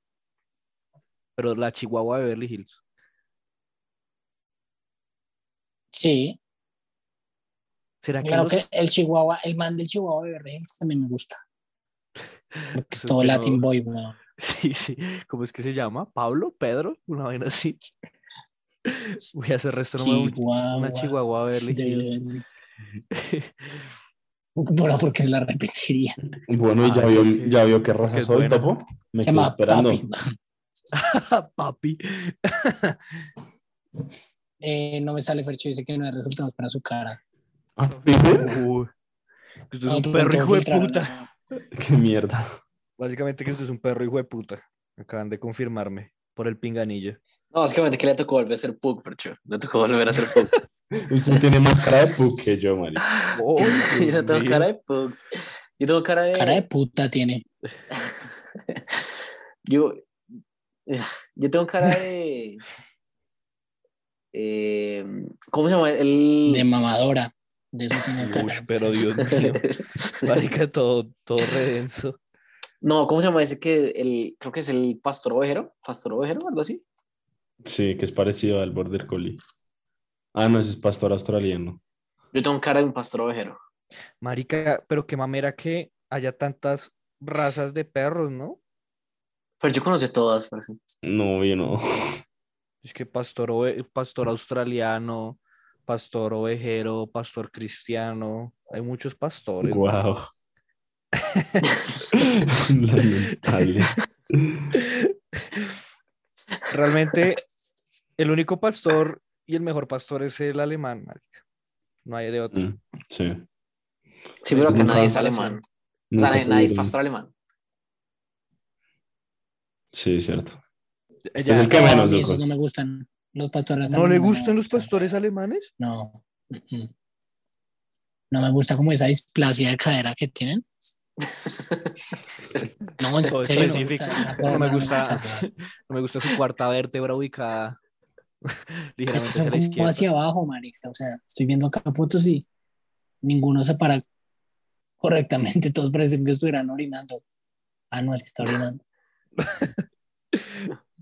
pero la chihuahua de Beverly Hills.
Sí.
¿Será que,
Claro
los-
que el chihuahua, el man del chihuahua de Beverly Hills también me gusta. Porque es
Eso
todo
que no-
Latin Boy, weón.
Sí, sí. ¿Cómo es que se llama? ¿Pablo? ¿Pedro? Una vaina así. Voy a hacer resto no me-
Chihuahua.
Una chihuahua de Beverly
de
Hills.
Beverly. Bueno, porque la repetiría.
Bueno, y ya
Ah,
vio,
ok.
ya vio qué raza
Que es
soy,
buena.
topo. Me
Se
quedo
llama
esperando.
Papi.
Papi.
Eh, no me sale Fercho, dice que no hay resultados para su cara.
Ah, ¿viste?
Uy. Usted
Ah,
es un
pronto
perro hijo de
filtraron
puta.
eso.
Qué mierda.
Básicamente que usted es un perro hijo de puta. Acaban de confirmarme por el pinganillo.
No, básicamente que le tocó volver a ser Pug, Fercho. Le tocó volver a ser Pug.
Usted tiene más cara de pug que yo, Mario.
Oh,
Y yo
Dios
tengo
mío.
cara de Pug. Yo tengo cara de.
Cara de puta tiene.
yo, yo tengo cara de. Eh, ¿Cómo se llama? El.
De mamadora. De eso tiene cara.
Ush, pero Dios mío. Marica, todo, todo redenso.
no, ¿cómo se llama ese que el, creo que es el pastor ovejero? ¿Pastor ovejero? Algo así.
Sí, que es parecido al border collie. Ah, no, ese es pastor australiano.
Yo tengo cara de un pastor ovejero.
Marica, pero qué mamera que haya tantas razas de perros, ¿no?
Pero yo conocí todas, parece.
No, yo no.
Es que pastor, ove- pastor australiano, pastor ovejero, pastor cristiano. Hay muchos pastores.
Wow. Lamentable.
Realmente, el único pastor y el mejor pastor es el alemán, marica. No hay de otro.
Mm, Sí.
Sí, pero que
Nunca.
nadie es alemán. O sea,
Nunca
nadie, nadie es
tuvieron-
pastor alemán.
Sí, cierto. Este
Ya.
es el que
No,
menos,
a mí
Lucas.
esos no me gustan. Los pastores.
¿No le
alemanes
gustan
me
los pastores alemanes?
No. Mm-mm. No me gusta como esa displasia de cadera que tienen. No, en
Todo
serio, no me
específico.
gusta, esa
No
forma
me gusta,
weón.
no me gusta su cuarta vértebra ubicada
Es
ligeramente hacia
que son
la
como
izquierda.
hacia abajo, marica. O sea, estoy viendo acá fotos y ninguno se para correctamente. Todos parecen que estuvieran orinando. Ah, no, es que está orinando.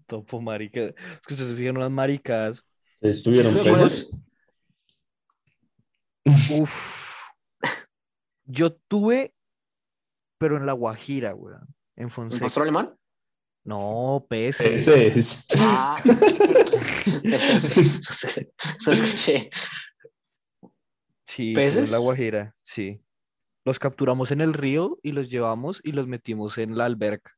Topo, marica. Es que ustedes se fijan unas maricadas.
¿Estuvieron
Sí, sí,
presos?
Uf. Yo tuve, pero en La Guajira, weón. En
¿Un
Fonseca.
pastor alemán?
No, pese.
Ese es.
Ah. no escuché.
Sí, fue en La
¿Peces?
Guajira, sí. Los capturamos en el río y los llevamos y los metimos en la alberca.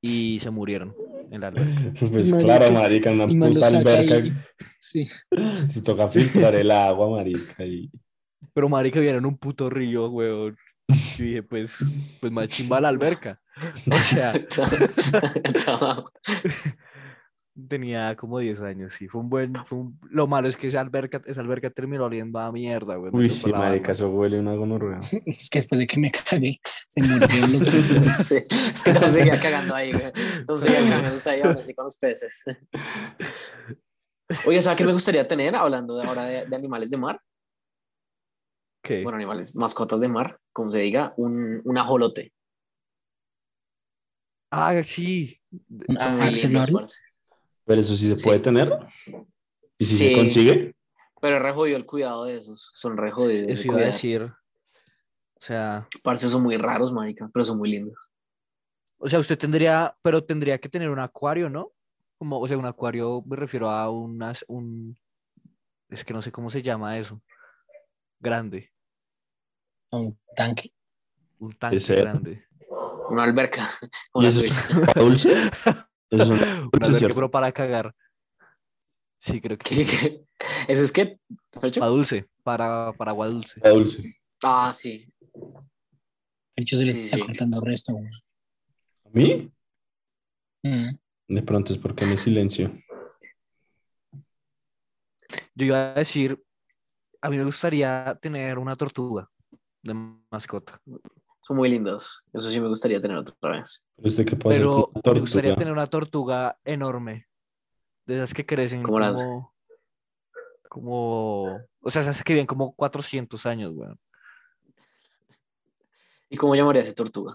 Y se murieron en la alberca.
Pues
Marica.
claro, marica, una
Y me lo
puta
saca ahí.
alberca.
Sí.
Se toca filtrar el agua, marica. Y...
Pero marica, vieron un puto río, weón. Yo dije, pues, pues más chimba la alberca. O sea,
Toma.
Tenía como 10 años, sí. Fue un buen. Fue un- Lo malo es que esa alberca, esa alberca terminó oliendo a mierda, güey. no
Uy,
sé,
sí,
por la
marica,
barba.
eso huele una gonorrea.
Es que después de que me cagué, se murieron los peces.
Sí, es que no seguía cagando ahí, güey. No seguía cagando ahí, ahora sí con los peces. Oye, ¿sabes qué me gustaría tener hablando de ahora de, de animales de mar?
¿Qué?
Bueno, animales, mascotas de mar, como se diga, un, un ajolote.
Ah, sí.
Son
Ah,
muy
Axel
lindos,
Lorre.
parce.
Pero eso sí se
Sí.
puede tener. ¿Y si se
Sí.
consigue?
Pero es re jodido el cuidado de esos. Son re jodidos. de
Eso iba a
cuidar.
decir. O sea.
Parce, son muy raros, marica, pero son muy lindos.
O sea, usted tendría. Pero tendría que tener un acuario, ¿no? Como, o sea, un acuario me refiero a unas. Un... Es que no sé cómo se llama eso. Grande.
Un tanque.
Un tanque
Pecero.
grande.
Una alberca.
¿Y
Una
eso
suite.
¿Para dulce? Eso es una-
Un
Dulce,
albergue,
¿cierto?
pero para cagar. Sí, creo que.
¿Qué- qué? ¿Eso es qué?
Ah.
Fercho?
Para dulce. Para, para agua dulce.
para dulce.
Ah, sí.
De hecho, se les
Sí,
está
sí.
contando resto. güey.
¿A mí?
Mm.
De pronto es porque me silencio.
Yo iba a decir, a mí me gustaría tener una tortuga de mascota,
Son muy lindos. Eso sí me gustaría tener otra vez.
¿Pero usted qué puede hacer
pero
con una
me gustaría
tortuga?
tener una tortuga enorme, de esas que crecen
¿Cómo las-
como, como, o sea, esas que viven como 400 años, weón.
¿Y cómo llamaría esa tortuga?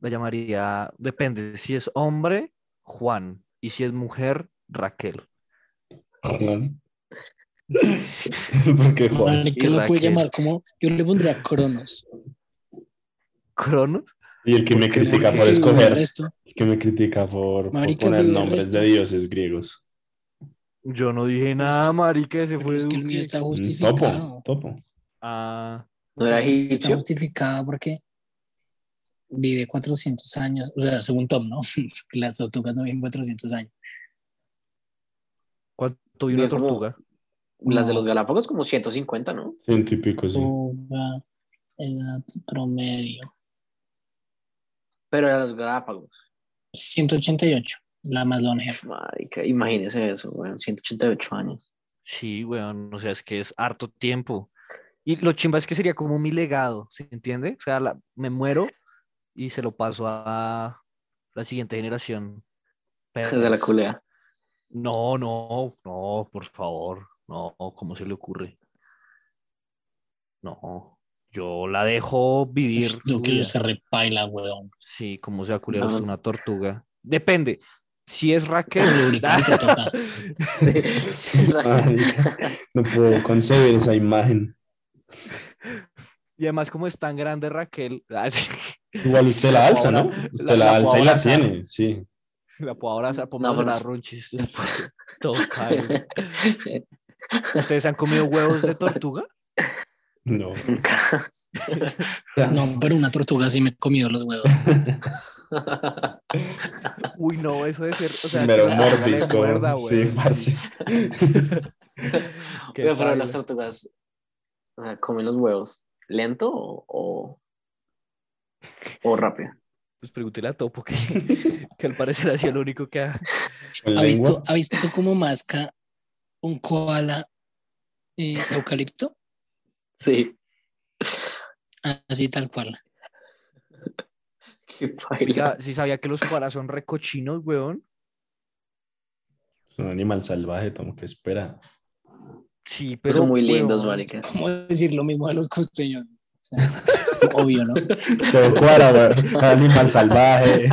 La llamaría, depende, si es hombre, Juan, y si es mujer, Raquel.
Juan. ¿Por qué Juan?
Marica, lo
Raquel.
puede llamar como. Yo le pondría Cronos.
Cronos,
Y el que me critica
Marica,
por
vive el
escoger,
resto.
el que me critica por, por
Marica,
poner
vive el
nombres de
resto.
dioses griegos. Mm,
yo no dije nada, marica, se
Pero
fue
es que el
Duque.
mío está
Mm, Topo,
justificado.
topo.
Ah,
¿No era
Es que Está
egipcio?
justificado porque vive 400 años, o sea, según Tom, ¿no? Las tortugas no viven 400 años.
¿cuánto vive una
Mira, como-
tortuga?
Las de los Galápagos como 150, ¿no?
Ciento y pico,
Oh.
sí.
Tortuga, edad promedio,
Pero eran los Galápagos.
188, la más longeva.
Marica, imagínese eso, weón. 188 años.
Sí, weón, o sea, es que es harto tiempo. Y lo chimba es que sería como mi legado, ¿se entiende? O sea, la- me muero y se lo paso a la siguiente generación.
Esa es la
Perros.
culea.
No, no, no, por favor, no, ¿cómo se le ocurre? No, yo la dejo vivir
Lo
su
que
vida.
se repaila, weón.
Sí, como sea culero, es
No.
una tortuga. Depende, si es Raquel,
Lubricante toca.
Marica, no puedo concebir esa imagen.
y además como es tan grande Raquel, ah,
Igual usted la alza, ¿no? Usted la,
la puedo
alza y la
abrazar.
tiene, sí.
la puedo abrazar,
No,
podemos
pero
hablar
es- pues
runchis después. Todo cae. ¿Ustedes han comido huevos de tortuga?
No.
No, pero una tortuga sí me comió los huevos.
Uy, no, eso de ser, o sea, que
Pero
la
un
tortuga le
mordisco.
muerda,
sí,
weón.
parce.
Qué
Oiga, pero
paila.
las tortugas o sea, comen los huevos lento o, o, o rápido.
Pues pregúntele a Topo que, que al parecer ha sido lo único que ha...
Con
¿Ha
lengua.
visto, ¿Ha visto cómo masca un koala eh, eucalipto?
Sí.
Así tal cual.
Qué
Oiga,
paila.
si sabía que los koalas son recochinos, weón.
Es un animal salvaje, Tom, que espera.
Sí, pero...
Son muy lindos,
weón,
maricas.
¿Cómo decir lo mismo de los costeños? O sea, obvio, ¿no?
Pues, Todo cuadra, weón. animal salvaje.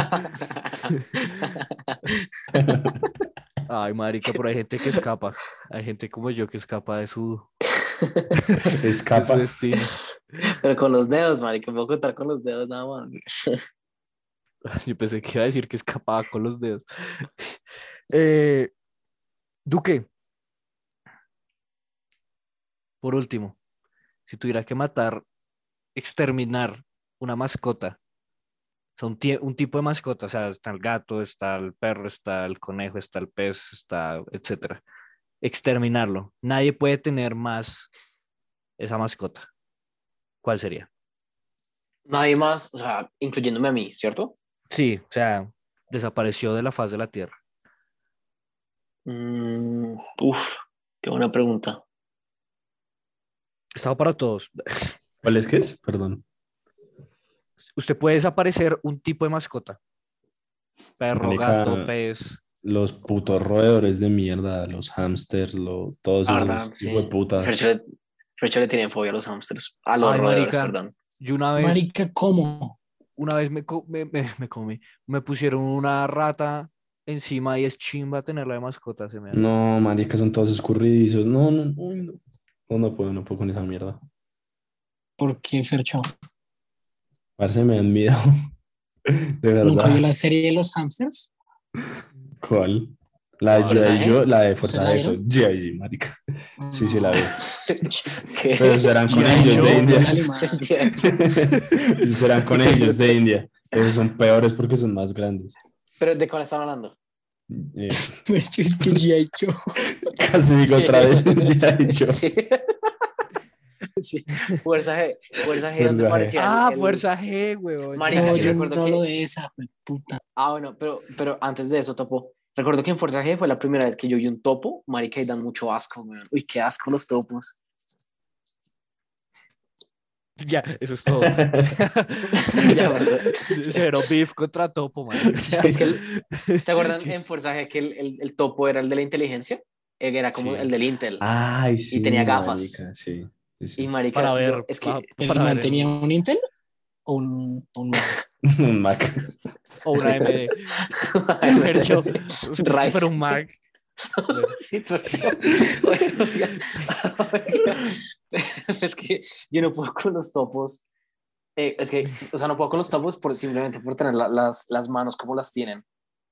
Ay, marica, pero hay gente que escapa. Hay gente como yo que escapa de su, de su
Escapa.
destino.
Pero con los dedos, marica. Me voy a contar con los dedos nada más.
Yo pensé que iba a decir que escapaba con los dedos. Eh, Duque. Por último, si tuviera que matar, exterminar una mascota, o sea, un, tie- un tipo de mascota, o sea, está el gato, está el perro, está el conejo, está el pez, está, etcétera. Exterminarlo. Nadie puede tener más esa mascota. ¿Cuál sería?
Nadie más, o sea, incluyéndome a mí, ¿cierto?
Sí, o sea, desapareció de la faz de la tierra.
Mm, uf, qué buena pregunta.
Estaba para todos.
¿Cuál es que es? Perdón.
Usted puede desaparecer un tipo de mascota. Perro,
Marica,
gato, pez.
Los putos roedores de mierda, los hamsters, lo- todos esos
Ah, sí.
hijueputas.
Fercho le, Fercho le tiene fobia a los hamsters. A los
Ay,
roedores,
marica.
perdón.
Yo una vez,
Marica, ¿cómo?
una vez me, co- me, me- me comí, me pusieron una rata encima y es chimba tenerla de mascota. Se me hace.
No, marica, son todos escurridizos. No, no, uy, no. No, no puedo, no puedo con esa mierda.
¿Por qué, Fercho?
Parce, me dan miedo. De
¿Nunca
verdad.
vio la serie de los hamsters?
¿Cuál? La de
¿Fuerza
G.I.
G?
Joe, la de Fuerza
¿Se la
de eso. G.I. Joe, marica. Sí, sí, la vi.
¿Qué?
Pero serán con
G.I.
ellos de
Joe,
No,
India.
la animada.
serán con ellos de India. Esos son peores porque son más grandes.
Pero ¿de cuál están hablando?
Eh,
Fercho, es que ya he hecho.
casi digo otra vez G.I. Joe.
Sí. sí. Fuerza G. Fuerza G,
Fuerza
donde
G.
parecía. el-
Ah,
el-
Fuerza G, huevón.
Marica,
No,
yo
yo
recuerdo
no
que-
lo de esa, fue puta.
Ah, bueno, pero, pero antes de eso, Topo. Recuerdo que en Fuerza G fue la primera vez que yo vi un topo. Marica, y dan mucho asco, weón. Uy, qué asco los topos.
Ya, eso es todo.
Ya, perdón.
Cero beef contra topo, marica.
Sí, es que el- ¿Se acuerdan en Fuerza G que el, el- el topo era el de la inteligencia? Eh, Era como
Sí.
el del Intel.
Ay, sí.
tenía gafas.
marica, sí, sí, sí.
y marica,
Ah, Para
yo-
ver.
es que
pa-
¿El
para
man
ver
tenía un Intel o un, o un Mac?
Un Mac.
O una MD. Sergio,
Sí,
es
Rice.
un Mac.
sí, pero yo- oiga, oiga, es que yo no puedo con los topos. Eh, es que, o sea, no puedo con los topos por, simplemente por tener la- las, las manos como las tienen.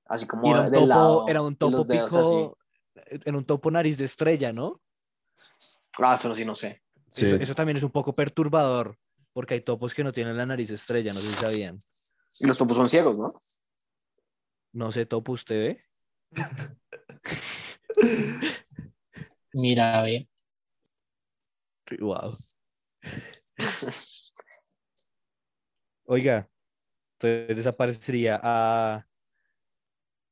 Así como
Y era un
de
topo,
lado.
era un
y
topo
los dedos
pico. eh, Era un topo nariz de estrella, ¿no?
así. Ah, eso no, sí, no sé.
Sí.
Eso, eso también es un poco perturbador. Porque hay topos que no tienen la nariz de estrella, no sé si sabían.
Y Los topos son ciegos, ¿no?
No sé, topo, ¿usted ve?
Mira, a ver.
Wow. Oiga, entonces desaparecería a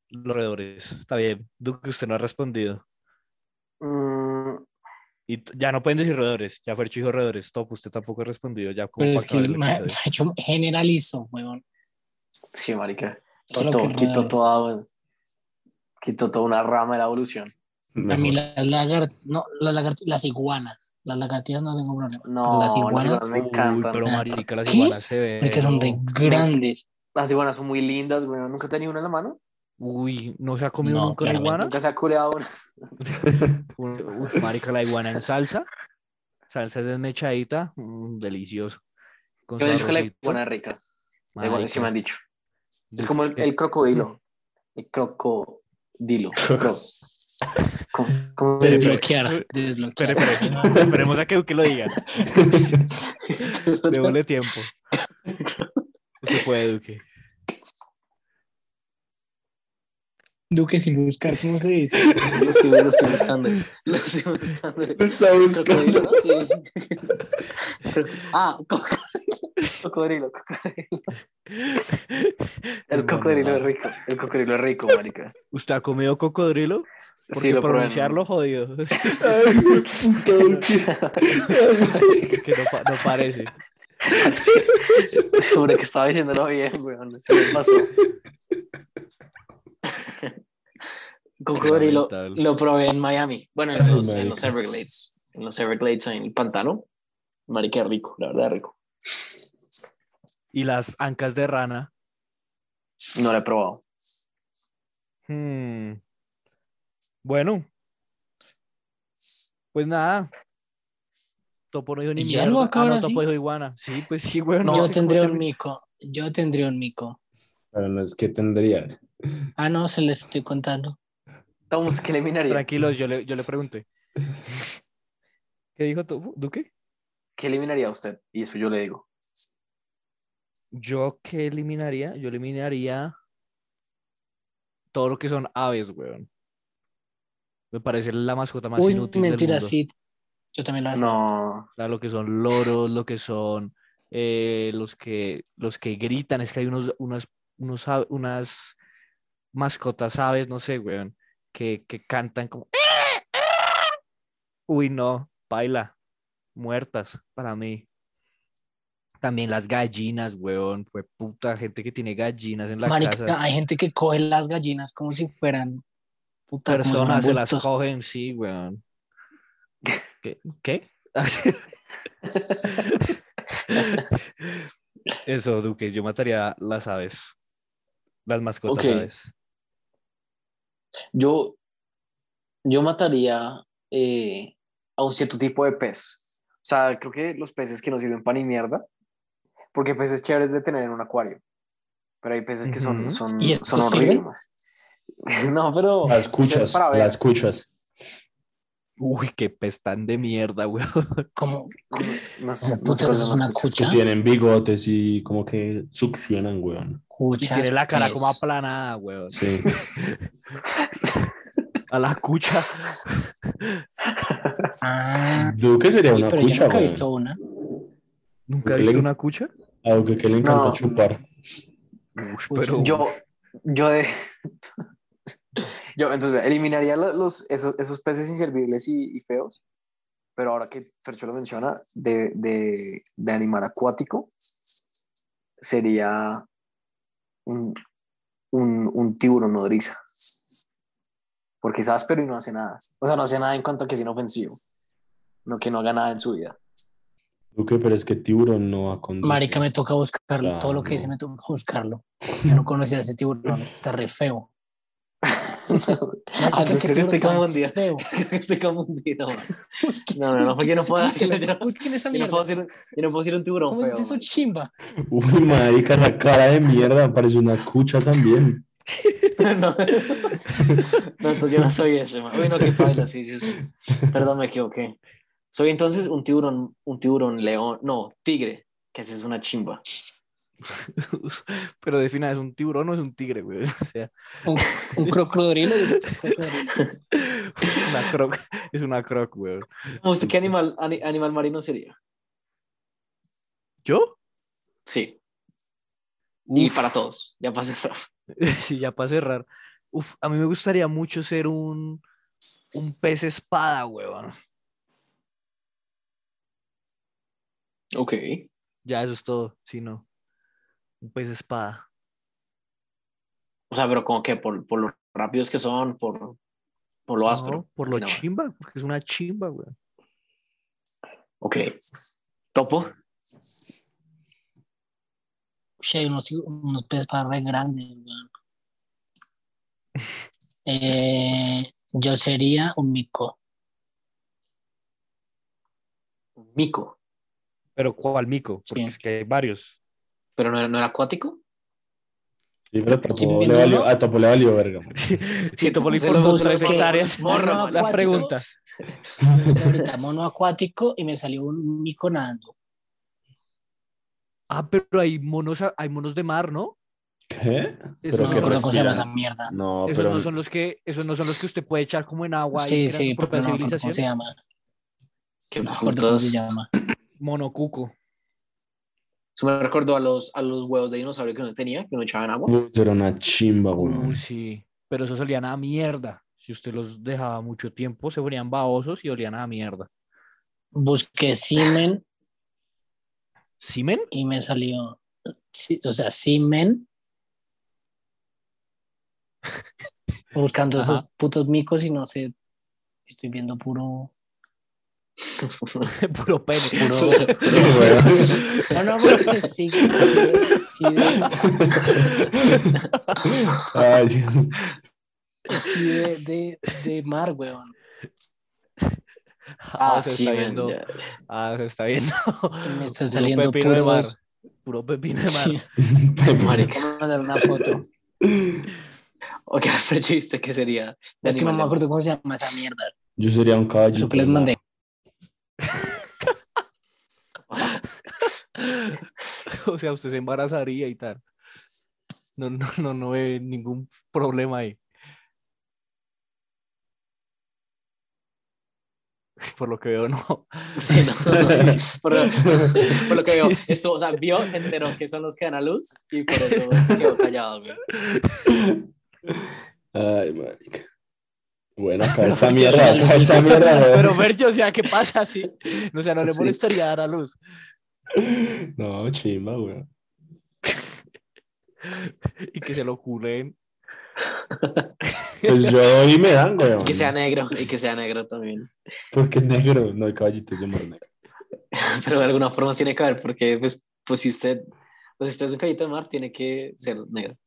los roedores. Está bien, Duque, usted no ha respondido.
Mm,
Y t- ya no pueden decir roedores, ya Fercho dijo roedores. Top, usted tampoco ha respondido. Ya como
Pero
para
es que
acabar el
ma-
episodio.
yo generalizo, weón.
sí, marica.
Lo
Quitó,
que
quitó
roedores.
toda, quitó toda una rama de la evolución.
A mí
Mejor.
las lagartijas, no, las lagartijas, las iguanas. Las lagartijas no tengo problema. pero
No,
las iguanas,
me
Uy,
encantan.
pero marica, las
¿Qué?
iguanas se ven.
porque son re grandes.
Las iguanas son muy lindas, güey. ¿Nunca he tenido una en la mano?
Uy, ¿no se ha comido
No,
nunca una
claramente.
iguana?
Nunca se ha culeado una.
Uy, marica, la iguana en salsa. Salsa desmechadita. mm, delicioso. Con
Yo me
su
dicho que la
arrocito,
iguana es rica. La iguana sí
marica.
me han dicho. Es como el, el crocodilo. El crocodilo. Cro- ¿Cómo- cómo se dice?
Desbloquear, desbloquear.
Espere, espere, esperemos a que Duque lo diga. Démosle tiempo. Usted puede, Duque.
Duque sin buscar, ¿cómo se dice?
Lo sigo, lo sigo buscando. Lo sigo buscando. Crocodilo, ¿no? Sí. Cro- Ah, co- cocodrilo. cocodrilo. El
Hermano,
cocodrilo es
madre.
rico. El cocodrilo es rico, marica.
¿Usted ha comido cocodrilo? Porque
Sí, lo probé en-
pronunciarlo jodido. que no, pa- no parece.
Sí. Juro que estaba diciéndolo bien, weón. Se me pasó. Cocodrilo
Lamentable.
lo probé en Miami. Bueno, en
Ay,
los, en
marica.
los Everglades. En los Everglades, en el pantano. Marica, rico, la verdad, rico.
Y las ancas de rana.
No lo he probado.
Hmm. Bueno. Pues nada. Topo no dijo ni
Ya
mierda.
lo
Ah,
acabo
no,
ahora sí.
Topo dijo iguana. Sí, pues sí, güey. no
yo
sé
tendría
cómo
un mico, yo tendría un mico.
Pero no es que tendría.
Ah, no, se les estoy contando.
Vamos, que
termina.
eliminaría.
Tranquilos, yo le, yo le pregunté. ¿Qué dijo Topo? ¿Duque?
¿Qué eliminaría usted? Y después yo le digo.
¿Yo qué eliminaría? Yo eliminaría todo lo que son aves, weón. Me parece la mascota más
Uy,
inútil
mentira,
del mundo.
sí. Yo también lo
No.
O sea, lo que son loros, lo que son eh, los que los que gritan, es que hay unos, unas, unos a- unas mascotas aves, no sé, weón, que, que cantan como ¡Eh! Uy, no, baila, muertas para mí. También las gallinas, weón, fue puta gente que tiene gallinas en la
Marica,
casa.
hay gente que coge las gallinas como si fueran puta, como si fueran
Personas se las
bultos.
cogen, sí, weón. ¿Qué? ¿Qué? Eso, Duque, yo mataría las aves. Las mascotas
Ok.
aves.
Yo, yo mataría eh, a un cierto tipo de pez. O sea, creo que los peces que no sirven para ni mierda, porque pues hay peces chéveres de tener en un acuario. Pero hay peces que son,
Ujú.
son,
¿Y Ah, estos
son horribles.
sirven?
No, pero
Las
es
cuchas,
para ver.
las cuchas.
Uy, qué pestán de mierda, weón.
Como,
no sé,
como
no
putas,
sé cuáles
es
son las
una
cuchas.
Que
cucha.
tienen bigotes y como que succionan, weón.
Y
Cuchas,
tiene la cara como
pues.
aplanada, weón.
Sí.
A la cucha.
Ah,
Duque sería
uy,
una
pero yo
cucha,
nunca he
güey.
visto una.
¿Nunca has
Le-
visto una cucha?
A Duque que le encanta
No.
chupar.
Ush,
Cucha.
pero
Yo, yo de. yo, entonces, vea, eliminaría lo- los, esos, esos peces inservibles y, y feos. Pero ahora que Fercho lo menciona, de, de, de animal acuático, sería un, un, un tiburón nodriza. Porque es áspero y no hace nada. O sea, no hace nada en cuanto a que es inofensivo. No que no haga nada en su vida.
Duque, pero es que tiburón no va con. Duque.
Marica, me toca buscarlo. Todo lo que dice
Claro.
me toca buscarlo. Yo no conocía a ese tiburón. Está re feo.
Ah,
Ah,
Marica,
no,
qué
creo que estoy
tiburón tan
confundido.
feo.
Creo que estoy confundido. man. No, no, no, porque no puedo. Yo
Búsquenlo,
no-
busquen esa
yo no
mierda.
puedo decir, yo no puedo decir un tiburón
¿Cómo
feo.
es eso
man.
chimba?
Uy, marica, la cara de mierda. Parece una cucha también.
no. No, entonces yo no soy ese, man. Uy, no, qué paila, sí, sí, sí. Perdón, me equivoqué. Soy entonces un tiburón, un tiburón león, no, tigre, que ese es una chimba.
pero defina, ¿es un tiburón o es un tigre, güey? O sea,
Un crocodrilo. crocodrilo.
es una croc, es una croc, güey.
¿Usted qué animal, ani- animal marino sería?
¿Yo?
Sí, y
Uf,
para todos, ya para cerrar.
sí, ya para cerrar. Uf, a mí me gustaría mucho ser un, un pez espada, güey.
Ok.
Ya, eso es todo, si no. Un pez espada.
O sea, pero como que por, por lo rápidos que son, por, por lo
No,
áspero.
por lo
así nomás.
chimba, porque es una chimba, güey.
Ok. Topo.
Uy, hay unos, unos peces para re grandes, weón. Eh, yo sería un mico.
Mico,
Pero ¿cuál mico? Porque
Sí.
es que hay varios.
pero no era, no era acuático.
Sí, pero Topo
Sí,
le
no,
valió,
no.
a Topo le valió verga. marica.
Sí, Topo le
se
informó
lo- se lo-
tres
se lo-
hectáreas.
borra,
Mono
La
acuático,
pregunta.
ahorita mono acuático y me salió un mico nadando.
Ah, pero hay monos, a- hay monos de mar, ¿no?
¿Qué?
Eso
Pero
no
que
me acuerdo cómo se llama esa
respiran.
mierda.
No,
esos
pero
no son los que, esos no son los que usted puede echar como en agua y
sí,
crear
sí,
su
pero
propia
no me acuerdo cómo se
civilización.
llama.
Que
No me acuerdo cómo se llama.
Monocuco.
Eso me recordó a los, a los huevos de dinosaurio que uno tenía, que uno echaba en agua.
Uy, eso era una chimba, weón.
Uy, sí. Pero esos olían a mierda. Si usted los dejaba mucho tiempo, se volvían babosos y olían a mierda.
Busqué semen
¿Simen?
y me salió. sí, o sea, semen. Buscando
Ajá.
esos putos micos y no sé. Estoy viendo puro.
Puro pene. Ah,
Puro-
weón.
No, no,
pues,
porque sí. sí, sí, de-
Ay, Dios.
sí de, de, de mar, weón.
Ah, se está
man,
viendo.
ya.
Ah, se está viendo.
Me están
Puro
saliendo
pepino de mar.
puros-
Puro pepino de mar.
Sí,
Marica.
vamos a mandar una foto.
Ok, pero chiste que sería. de
Es que no me
animal
acuerdo cómo se llama esa mierda.
Yo sería un caballito.
Eso que les mandé.
O sea, usted se embarazaría y tal. No, no, no, no ve ningún problema ahí. Por lo que veo, no.
Sí, no, no, sí. por, por lo que veo, esto, o sea, vio, se enteró que son los que dan a luz y por eso se quedó callado. güey.
Ay, marica. Bueno, acá esta
Fercho,
mierda,
ya
acá
los
esta mierda. weón.
Pero Fercho, o sea, ¿qué pasa si? O sea, no le
Sí.
molestaría dar a luz.
No, chimba, weón.
Y que se lo culen.
Pues yo y me dan, weón.
Y que sea negro, y que sea negro también.
Porque negro, no hay caballitos de mar negro.
Pero de alguna forma tiene que haber, porque pues, pues si usted, pues si usted es un caballito de mar, tiene que ser negro.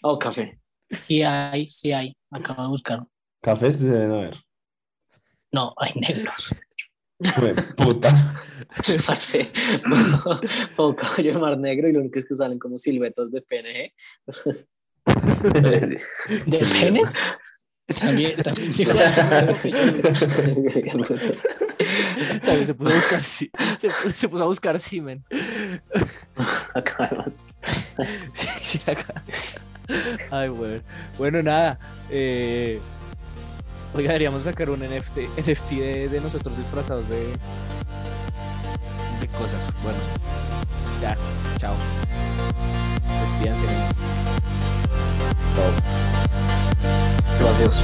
O café.
Sí hay, sí hay. Acabo de buscar.
Cafés se deben haber.
No, hay negros.
Weón, Puta.
Parce, o caballo de mar negro y lo único es que salen como silbetas de PNG.
¿De penes? También, también llegó a-
También se puso a buscar, si- se, pu- se puso a buscar semen.
Acabamos.
Sí, sí, acá. Ay, bueno. Bueno, nada. eh, Oiga, deberíamos sacar un NFT, NFT de, de nosotros disfrazados de, de cosas. Bueno, ya, chao. Despídanse.
Gracias.